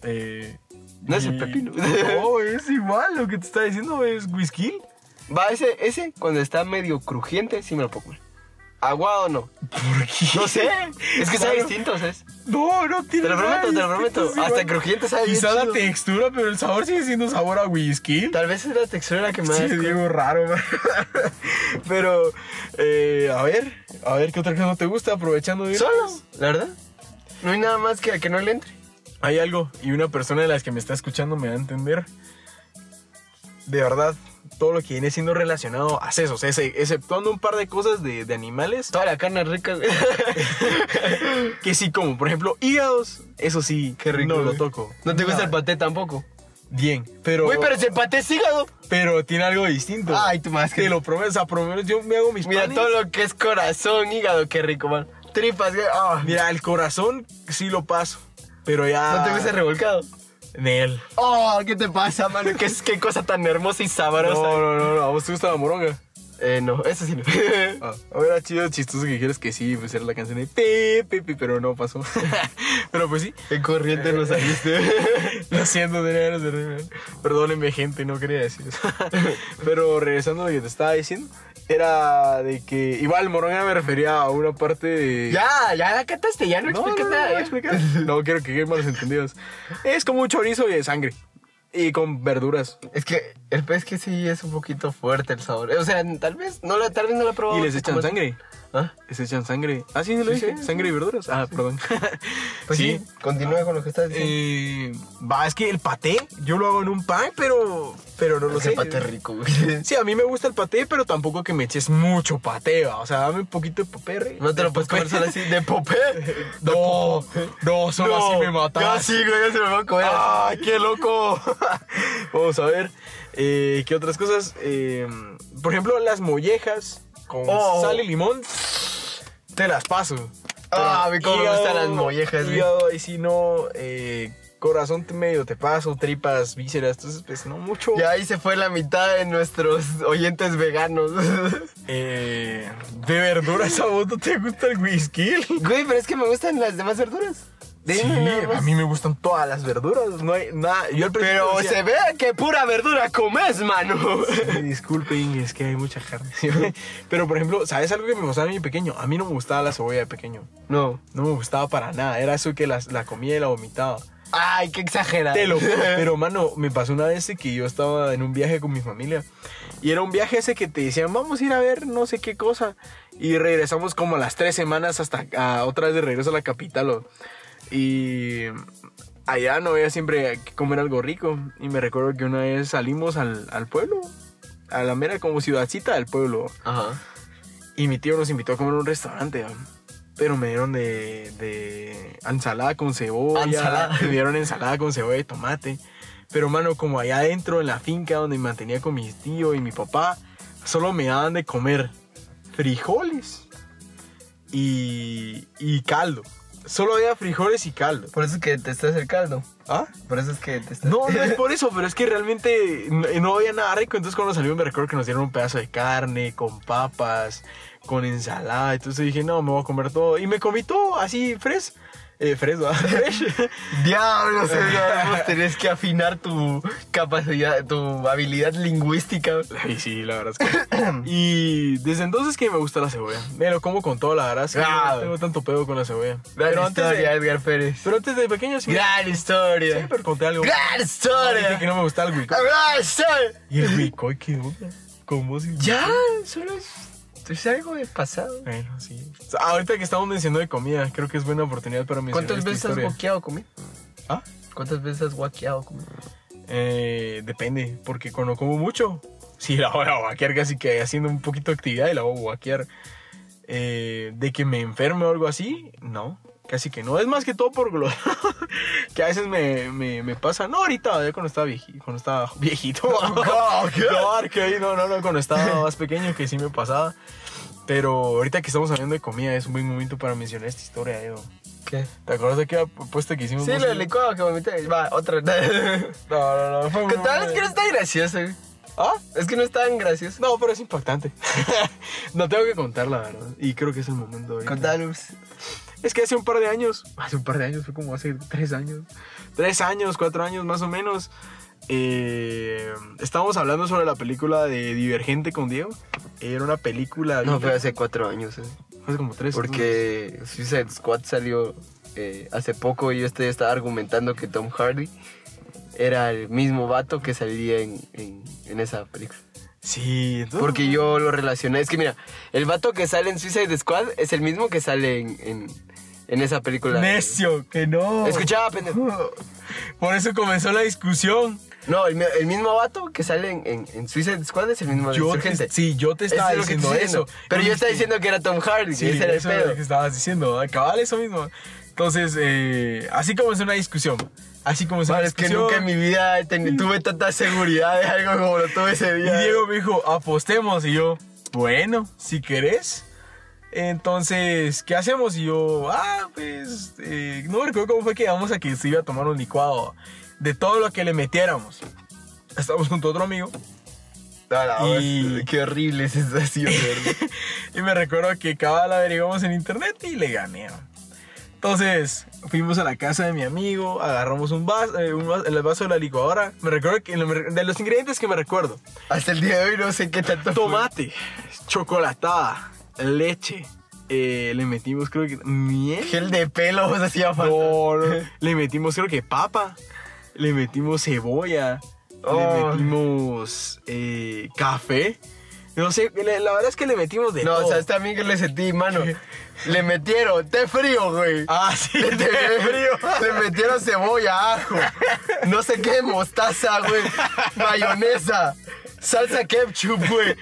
S3: Eh,
S4: No es el
S3: y-
S4: pepino.
S3: No, es igual, lo que te está diciendo es whisky.
S4: Va, ese, ese, cuando está medio crujiente, sí me lo puedo comer. Aguado no.
S3: ¿Por qué?
S4: No sé. Es que sabe
S3: Claro.
S4: distinto, ¿sabes?
S3: No, no
S4: Te
S3: tiene
S4: lo
S3: nada
S4: prometo, te lo
S3: distinto,
S4: prometo.
S3: es igual.
S4: Hasta crujiente sabe bien
S3: Quizá la
S4: chido.
S3: textura, pero el sabor sigue siendo sabor a whisky.
S4: Tal vez es la textura la que me da
S3: Sí,
S4: asco.
S3: digo raro, man. pero eh, a ver, a ver qué otra cosa no te gusta aprovechando de
S4: Solo, la verdad. No hay nada más que a que no le entre.
S3: Hay algo y una persona de las que me está escuchando me va a entender. De verdad, todo lo que viene siendo relacionado a sesos, ese, exceptuando un par de cosas de, de animales
S4: Toda la carne es rica. güey.
S3: que sí como, por ejemplo, hígados, eso sí,
S4: Qué rico.
S3: no lo
S4: güey.
S3: toco.
S4: No te gusta el
S3: Nada.
S4: paté tampoco.
S3: Bien, pero
S4: Güey, pero si el paté es hígado.
S3: pero tiene algo distinto.
S4: Ay, tú más que-
S3: Te lo prometo, o sea, por lo menos yo me hago mis
S4: Mira
S3: panes.
S4: todo lo que es corazón, hígado, qué rico, man. Tripas, güey. ah.
S3: Mira, el corazón sí lo paso. Pero ya.
S4: ¿No te hubiese revolcado?
S3: Nel.
S4: Oh, ¿qué te pasa, mano? ¿Qué, es- qué cosa tan hermosa y
S3: No,
S4: sabrosa.
S3: no, no, no, ¿A vos te gusta la moronga?
S4: Eh, no, eso sí no.
S3: Ah, era chido, chistoso que dijeras que sí, pues era la canción de pi, pi, pi, pero no pasó. pero pues sí.
S4: Qué corriente nos saliste.
S3: Lo siento, tenía ganas de reírme. Perdónenme, gente, no quería decir eso. Pero regresando a lo que te estaba diciendo, era de que. Igual, Moronga me refería a una parte de.
S4: ya, ya la cataste, ya no,
S3: No, no,
S4: explicas
S3: no, no,
S4: nada.
S3: voy a
S4: ya.
S3: explicar. No quiero que queden malos entendidos. Es como un chorizo de sangre. Y con verduras.
S4: Es que el pez que sí es un poquito fuerte el sabor. O sea, tal vez no lo, tal vez no lo he probado.
S3: Y les echan
S4: Oh, ¿Cómo?
S3: sangre.
S4: Ah,
S3: Les echan sangre. Ah, sí, lo
S4: Sí,
S3: dije.
S4: sí,
S3: sangre y verduras. Ah, perdón.
S4: pues sí. continúa con lo que estás diciendo.
S3: Eh, va, es que el paté, yo lo hago en un pan, pero. Pero no lo
S4: Ese
S3: sé.
S4: pate rico, güey.
S3: Sí, a mí me gusta el paté, pero tampoco que me eches mucho paté, va. O sea, dame un poquito de popé.
S4: No te lo puedes comer solo así de popé.
S3: No, no, solo así me matas. Ah.
S4: Ya sí, güey, ya se lo voy a comer.
S3: ¡Ay, qué loco! Vamos a ver. eh, ¿Qué otras cosas? Eh, por ejemplo, las mollejas con
S4: Oh.
S3: sal y limón. Te las paso.
S4: Ah, a mí cómo me
S3: Hígado,
S4: gustan las mollejas, güey.
S3: hígado, y si no, eh, corazón te- medio te paso, tripas, vísceras. Entonces, pues no mucho.
S4: Ya ahí se fue la mitad de nuestros oyentes veganos.
S3: Eh, de verduras a vos no te gusta el whisky.
S4: Güey, pero es que me gustan las demás verduras.
S3: Sí,
S4: Dime nada más.
S3: a mí me gustan todas las verduras. No hay nada. Yo al principio
S4: Pero
S3: decía-
S4: se ve que pura verdura comes, mano.
S3: Ay, Disculpen, es que hay mucha carne. Pero, por ejemplo, ¿sabes algo que me gustaba a mí de pequeño? A mí no me gustaba la cebolla de pequeño.
S4: No.
S3: No me gustaba para nada. Era eso que la, la comía y la vomitaba.
S4: Ay, qué exagerado.
S3: Te lo juro. Pero, mano, me pasó una vez de que yo estaba en un viaje con mi familia. Y era un viaje ese que te decían, vamos a ir a ver no sé qué cosa. Y regresamos como a las tres semanas hasta a- otra vez de regreso a la capital. o- Y allá no había siempre que comer algo rico. Y me recuerdo que una vez salimos al, al pueblo. A la mera como ciudadcita del pueblo.
S4: Ajá.
S3: Y mi tío nos invitó a comer a un restaurante, ¿va? pero me dieron de, de ensalada con cebolla.
S4: Ensalada.
S3: Me dieron ensalada con cebolla y tomate. Pero, mano, como allá adentro, en la finca donde me mantenía con mis tíos y mi papá, solo me daban de comer frijoles y, y caldo. Solo había frijoles y caldo.
S4: Por eso es que te estás el caldo.
S3: ¿Ah?
S4: Por eso es que te estás.
S3: No, no es por eso, pero es que realmente no, eh, no había nada rico. Entonces cuando salió me recuerdo que nos dieron un pedazo de carne, con papas, con ensalada. Entonces dije, no, me voy a comer todo. Y me comí todo así, fresh. Eh, fresh, ¿verdad? Fresh.
S4: Diablos, Eduardo, tenés que afinar tu capacidad, tu habilidad lingüística.
S3: y sí, la verdad es que... Y desde entonces que me gusta la cebolla. Me lo como con toda la verdad. es que
S4: Ah.
S3: no tengo tanto pedo con la cebolla.
S4: Gran
S3: Pero antes,
S4: historia,
S3: de,
S4: Edgar Pérez.
S3: pero antes de pequeño sí,
S4: Gran historia.
S3: siempre conté algo.
S4: Gran
S3: Dije
S4: historia.
S3: que no me gustaba el huicoy.
S4: Gran historia.
S3: Y el huicoy, ¿qué onda? ¿Cómo se...?
S4: Ya, solo es, es algo del pasado.
S3: Bueno, sí. O sea, ahorita que estamos mencionando de comida, creo que es buena oportunidad para mencionar
S4: ¿Cuántas
S3: esta
S4: veces has
S3: historia.
S4: guaqueado comido?
S3: ¿Ah?
S4: ¿Cuántas veces has guaqueado comido?
S3: Eh, depende, porque cuando como mucho, sí la voy a guaquear casi que haciendo un poquito de actividad y la voy a guaquear. Eh, de que me enferme o algo así, no, casi que no. Es más que todo por gloria. que a veces me, me, me pasa, no ahorita, ya cuando estaba viejito. Cuando estaba viejito. no, que ahí, no, no, no, cuando estaba más pequeño que sí me pasaba. Pero ahorita que estamos hablando de comida, es un buen momento para mencionar esta historia, Edo.
S4: ¿Qué?
S3: ¿Te acuerdas de aquella apuesta que hicimos?
S4: Sí,
S3: vos
S4: lo
S3: y
S4: del
S3: yo?
S4: licuado que vomité. Va, otra. Tal
S3: No, no, no. Fue muy
S4: vez
S3: buena.
S4: que no está gracioso, güey.
S3: ¿Ah?
S4: Es que no es tan gracioso.
S3: No, pero es impactante. no tengo que contar, la verdad. Y creo que es el momento. ahorita.
S4: Contanos.
S3: Es que hace un par de años. Hace un par de años, fue como hace tres años. Tres años, cuatro años más o menos. eh, estábamos hablando sobre la película de Divergente con Diego. Era una película.
S4: No,
S3: bien-
S4: fue hace cuatro años, eh. güey.
S3: hace como tres.
S4: Porque Suicide Squad salió eh, hace poco y yo este- estaba argumentando que Tom Hardy era el mismo vato que salía en, en- en esa película.
S3: entonces- Sí, entonces-
S4: Porque yo lo relacioné. Es que mira, el vato que sale en Suicide Squad es el mismo que sale en, en- en esa película.
S3: Necio, que no.
S4: Escuchaba, pendejo.
S3: Por eso comenzó la discusión.
S4: No, el, mi- el mismo vato que sale en, en- en Suicide Squad es el mismo de
S3: Yo
S4: Insurgente.
S3: te, sí, yo te
S4: Eso
S3: estaba
S4: es lo que
S3: diciendo
S4: estoy
S3: eso.
S4: Pero
S3: Y
S4: yo estaba
S3: dijiste-
S4: diciendo que era Tom Hardy.
S3: Sí,
S4: que ese era el
S3: eso es lo
S4: pedo.
S3: que estabas diciendo, ¿verdad? cabal, eso mismo. Entonces, eh, así comenzó una discusión. Así comenzó
S4: Vale,
S3: una
S4: es que
S3: discusión.
S4: nunca en mi vida he teni- tuve tanta seguridad de algo como lo tuve ese
S3: Y
S4: día.
S3: Diego me dijo, apostemos. Y yo, bueno, si querés. Entonces, ¿qué hacemos? Y yo, ah, pues, eh, no me recuerdo cómo fue que íbamos a que se iba a tomar un licuado de todo lo que le metiéramos. Estábamos junto a otro amigo
S4: A la
S3: Y-
S4: hostia, Qué horrible sensación, verlo.
S3: y me recuerdo que cada la averiguamos en internet y le gané. ¿no? Entonces, fuimos a la casa de mi amigo, agarramos un vaso, eh, un vaso- el vaso de la licuadora. Me recuerdo que de los ingredientes que me recuerdo,
S4: Hasta el día de hoy no sé qué tanto. fue.
S3: tomate, chocolatada, leche. eh, le metimos creo que miel.
S4: Gel de pelo, vos hacía falta.
S3: No, no. Le metimos, creo que papa. Le metimos cebolla. Le
S4: Oh.
S3: metimos eh, café. No sé, la, la verdad es que le metimos de
S4: No,
S3: todo.
S4: o sea, este amigo le sentí, mano. Le metieron té frío, güey.
S3: Ah, sí,
S4: Le,
S3: de frío.
S4: le metieron cebolla, ajo. No sé qué, mostaza, güey. Mayonesa. Salsa ketchup, güey.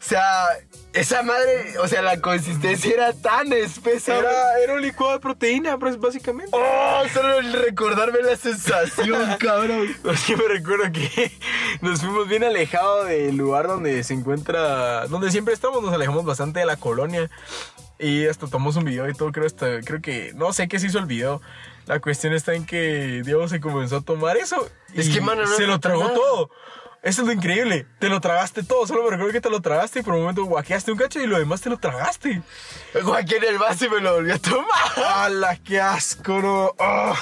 S4: O sea, esa madre, o sea, la consistencia era tan espesa. güey.
S3: Era, era un licuado de proteína, pues, básicamente.
S4: Oh, solo el recordarme la sensación, cabrón.
S3: Es que me recuerdo que nos fuimos bien alejados del lugar donde se encuentra, donde siempre estamos, nos alejamos bastante de la colonia y hasta tomamos un video y todo, creo, hasta, creo que, no sé qué se hizo el video. La cuestión está en que Diego se comenzó a tomar eso y
S4: Es que, mano, no
S3: se lo
S4: nota
S3: tragó
S4: nada.
S3: todo. Eso es lo increíble, te lo tragaste todo, solo me recuerdo que te lo tragaste y por un momento guaqueaste un cacho y lo demás te lo tragaste.
S4: Joaquín el vaso y me lo volvió a tomar.
S3: ¡Hala, qué asco! no! ¡Ah!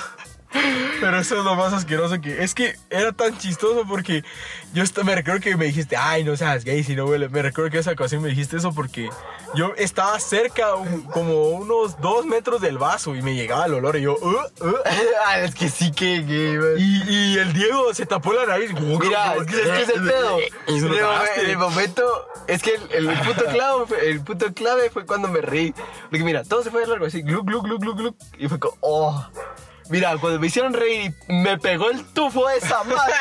S3: Pero eso es lo más asqueroso que... Es que era tan chistoso porque yo est- me recuerdo que me dijiste, ay, no seas gay si no huele. Me recuerdo que esa ocasión me dijiste eso porque yo estaba cerca, un- como unos dos metros del vaso y me llegaba el olor y yo... "Uh, uh".
S4: Ah, es que sí que, que, güey.
S3: Y, y el Diego se tapó la nariz.
S4: Mira, es que es, que es el pedo.
S3: Y se lo
S4: De mo-
S3: tragaste.
S4: de momento, es que el, el punto clave, fue- el punto clave fue cuando me reí. Porque mira, todo se fue de largo así, gluc, gluc, gluc, gluc, gluc. Y fue como, oh. Mira, cuando me hicieron reír y me pegó el tufo de esa madre.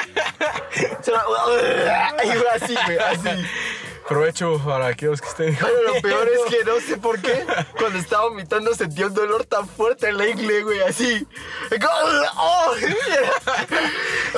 S4: Se la- y fue así, güey, así.
S3: Provecho para aquellos que estén...
S4: Pero lo peor es que no sé por qué, cuando estaba vomitando sentí un dolor tan fuerte en la ingle, güey, así. ¡Oh!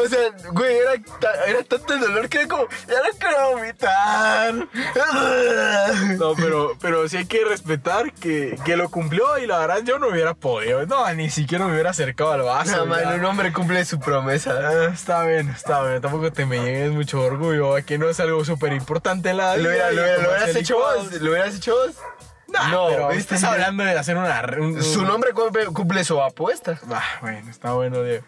S4: O sea, güey, era, ta- era tanto el dolor que era como, ya no quiero vomitar.
S3: No, pero, pero sí hay que respetar que, que lo cumplió y la verdad yo no hubiera podido. No, ni siquiera me hubiera acercado al vaso.
S4: No,
S3: ya.
S4: man, un hombre cumple su promesa.
S3: Ah, Está bien, está bien. Tampoco te me llegues mucho orgullo. Aquí no es algo súper importante en la
S4: Lo, hubiera-
S3: vida.
S4: lo hubiera- lo hubieras hecho vos, lo hubieras hecho vos.
S3: no, pero
S4: ¿viste?
S3: estás hablando de hacer una. un-
S4: Su
S3: un-
S4: nombre cumple, cumple su apuesta.
S3: Ah, bueno, está bueno, Diego.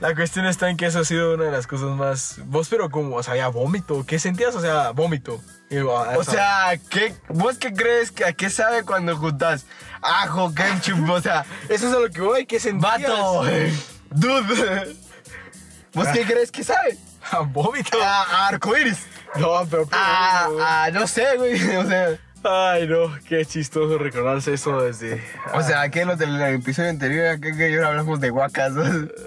S3: La cuestión está en que eso ha sido una de las cosas más. Vos, pero como, o sea, ya vómito. ¿Qué sentías? O sea, vómito. Y digo, ah,
S4: O
S3: está-
S4: sea, ¿qué, ¿vos qué crees? que- ¿A qué sabe cuando juntas ajo, ketchup? O sea,
S3: eso es a lo que voy. ¿Qué sentías?
S4: ¡Vato! ¡Dude! ¿Vos qué crees que sabe?
S3: Ah, vómito.
S4: A, a arcoíris.
S3: No, pero.
S4: A, a- no sé, güey. O sea,
S3: Ay, no, qué chistoso recordarse eso desde.
S4: o sea, aquí en los del episodio anterior, aquí que yo hablamos de guacas.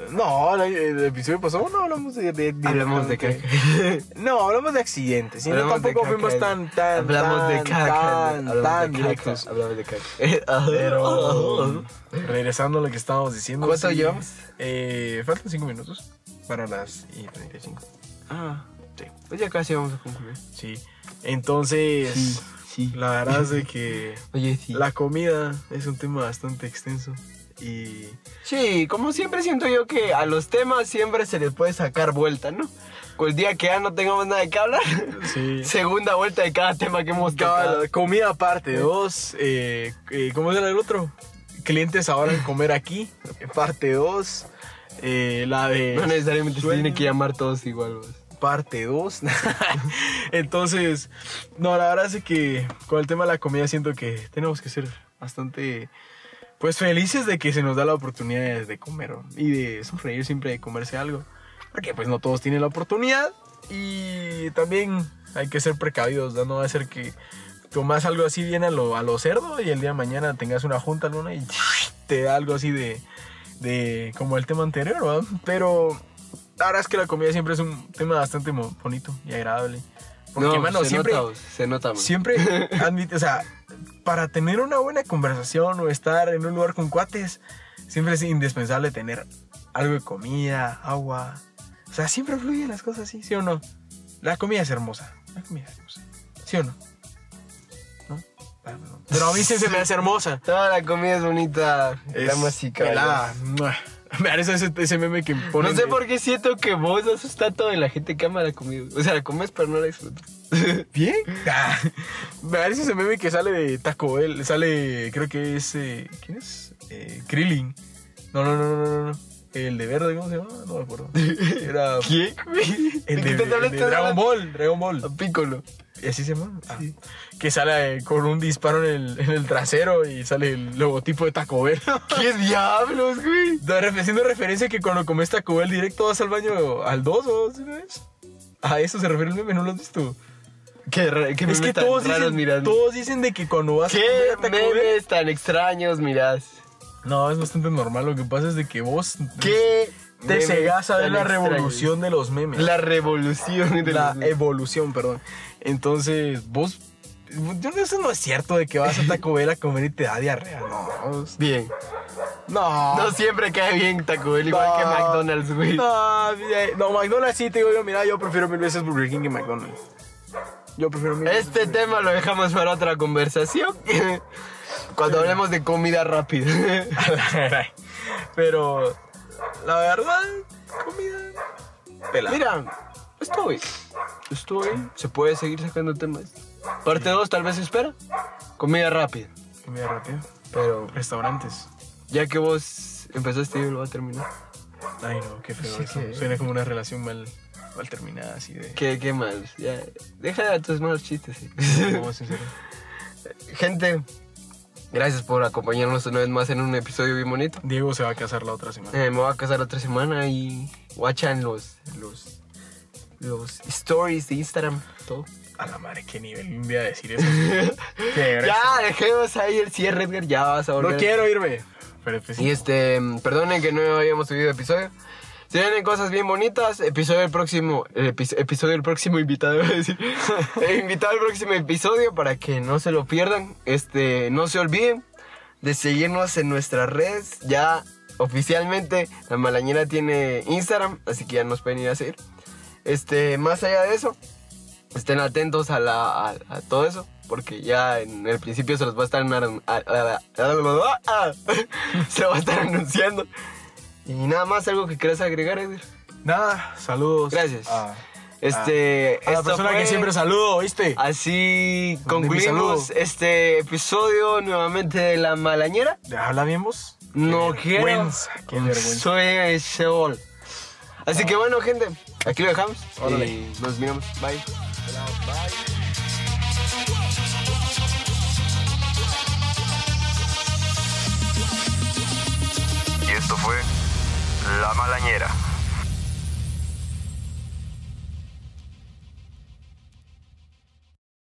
S3: No, el, el episodio pasado no hablamos de. de-
S4: Hablamos de
S3: directamente. No, hablamos de accidentes. Y no,
S4: Hablamos de
S3: tampoco
S4: caca.
S3: fuimos tan, tan.
S4: Hablamos de
S3: tan,
S4: caca.
S3: Tan,
S4: hablamos
S3: tan
S4: de
S3: directos.
S4: caca. Hablamos de caca.
S3: Pero. regresando a lo que estábamos diciendo.
S4: ¿Cuánto llevamos?
S3: Eh, faltan 5 minutos para las y 35.
S4: Ah, sí. Pues ya casi vamos a concluir.
S3: Sí. Entonces.
S4: Sí, sí.
S3: La verdad es de que.
S4: Oye, sí.
S3: La comida es un tema bastante extenso. Y.
S4: Sí, como siempre siento yo que a los temas siempre se les puede sacar vuelta, ¿no? Pues El día que ya no tengamos nada que hablar,
S3: Sí.
S4: segunda vuelta de cada tema que hemos
S3: Cabal,
S4: tocado.
S3: comida parte 2. Eh, eh, ¿Cómo era el otro? Clientes ahora en comer aquí. Parte 2. la de
S4: No necesariamente se
S3: sueño.
S4: tiene que llamar todos igual. vos.
S3: parte 2. Entonces, no, la verdad es que con el tema de la comida siento que tenemos que ser bastante pues felices de que se nos da la oportunidad de comer ¿no? y de sonreír siempre de comerse algo, porque pues no todos tienen la oportunidad y también hay que ser precavidos, no No va a ser que tomas algo así bien a lo, a lo cerdo y el día de mañana tengas una junta alguna y te da algo así de, de como el tema anterior, ¿verdad? Pero la verdad es que la comida siempre es un tema bastante mo- bonito y agradable. Porque,
S4: no,
S3: mano,
S4: se
S3: siempre,
S4: nota, vos, se nota. man.
S3: siempre admite, o sea, para tener una buena conversación o estar en un lugar con cuates, siempre es indispensable tener algo de comida, agua. O sea, siempre fluyen las cosas así, ¿sí o no? La comida es hermosa. La comida es hermosa. ¿Sí o no? ¿No? Ah, no. Pero pero a mí sí se me hace hermosa.
S4: Toda la comida es bonita. damas y
S3: pelada.
S4: caballeros.
S3: Me parece ese, ese meme que pone.
S4: No sé por qué siento que vos haces tanto de la gente que ama la comida. O sea, la comes pero no la disfrutas.
S3: ¿Bien? Ah, me parece ese meme que sale de Taco Bell. Sale, creo que es. eh, ¿Quién es? Eh, Krillin. No, no, no, no, no, no. El de verde, ¿cómo se llama? No me acuerdo. Era.
S4: ¿Quién?
S3: El de, el
S4: ¿De qué
S3: de
S4: estás hablando?
S3: Dragon Ball, Dragon
S4: Ah,
S3: Ball.
S4: Piccolo.
S3: ¿Y así se llama? Ah. Que sale eh, con un disparo en el, en el trasero y sale el logotipo de Taco Bell.
S4: ¿Qué diablos, güey?
S3: Da- ref- Haciendo referencia que cuando comes Taco Bell directo vas al baño al 2 o ¿sí no es? A eso se refiere el meme, no lo has visto.
S4: Qué, ra-
S3: es
S4: qué memes
S3: que
S4: tan
S3: todos
S4: raros
S3: dicen,
S4: mirando.
S3: todos dicen de que cuando vas
S4: ¿Qué
S3: a comer a Taco Bell...
S4: memes tan extraños mirás?
S3: No, es bastante normal. Lo que pasa es de que vos
S4: ¿Qué
S3: te
S4: memes
S3: cegás a ver
S4: tan
S3: la
S4: extraños?
S3: revolución de los memes.
S4: La revolución de
S3: la em-
S4: los-
S3: evolución, perdón. Entonces, vos... Yo no, eso no es cierto de que vas a Taco Bell a comer y te da diarrea. No,
S4: Bien.
S3: no.
S4: No siempre cae bien Taco Bell, igual que
S3: Ah. No.
S4: McDonald's, güey.
S3: No, mira, no, McDonald's sí te digo yo, mira, yo prefiero mil veces Burger King que McDonald's. Yo prefiero mil veces
S4: Este
S3: Burger
S4: tema lo dejamos para otra conversación. Cuando hablemos de comida rápida.
S3: King. Pero la verdad, comida pela.
S4: Mira, estoy. Estoy. Se puede seguir sacando temas. Parte 2 tal vez espera. Comida rápida.
S3: comida rápida,
S4: Pero
S3: restaurantes.
S4: ya que vos empezaste, yo lo voy a terminar.
S3: Ay, no, qué feo
S4: Sí,
S3: eso.
S4: que-
S3: Suena como una relación mal, mal terminada así de
S4: Qué, qué mal. Ya. Deja tus malos chistes. eh.
S3: No, sincero.
S4: Gente, gracias por acompañarnos una vez más en un episodio bien bonito.
S3: Diego se va a casar la otra semana.
S4: Eh, me voy a casar otra semana y guachan los, los, los stories de Instagram. Todo.
S3: A la madre, qué nivel voy a decir eso. Qué gracia.
S4: Ya, dejemos ahí el cierre, Edgar. Ya vas a volver.
S3: No quiero irme. Pero pues,
S4: Y este, mm, perdonen que no habíamos subido episodio. Se vienen cosas bien bonitas. Episodio del próximo. el epi- episodio del próximo invitado, iba a decir. Eh, invitado al próximo episodio para que no se lo pierdan. Este, no se olviden de seguirnos en nuestras redes. Ya oficialmente la malañera tiene Instagram, así que ya nos pueden ir a seguir. Este, más allá de eso, estén atentos a, la, a, a todo eso, porque ya en el principio se los va a estar, anun- a- a- a- a- a- se lo va a estar anunciando. Y nada más, algo que quieras agregar, Edgar.
S3: nada, saludos.
S4: Gracias.
S3: A,
S4: Este,
S3: Ah, a la
S4: esto
S3: persona
S4: fue-
S3: que siempre saludo, ¿viste? Mande mi
S4: Así concluimos
S3: saludo.
S4: este episodio nuevamente de La Malañera.
S3: ¿Habla bien vos?
S4: No
S3: qué
S4: quiero.
S3: vergüenza, qué vergüenza. Ah.
S4: Soy Seol. Así que bueno, gente, aquí lo dejamos.
S3: Órale.
S4: Y nos miramos. Bye.
S2: Y esto fue La Malañera.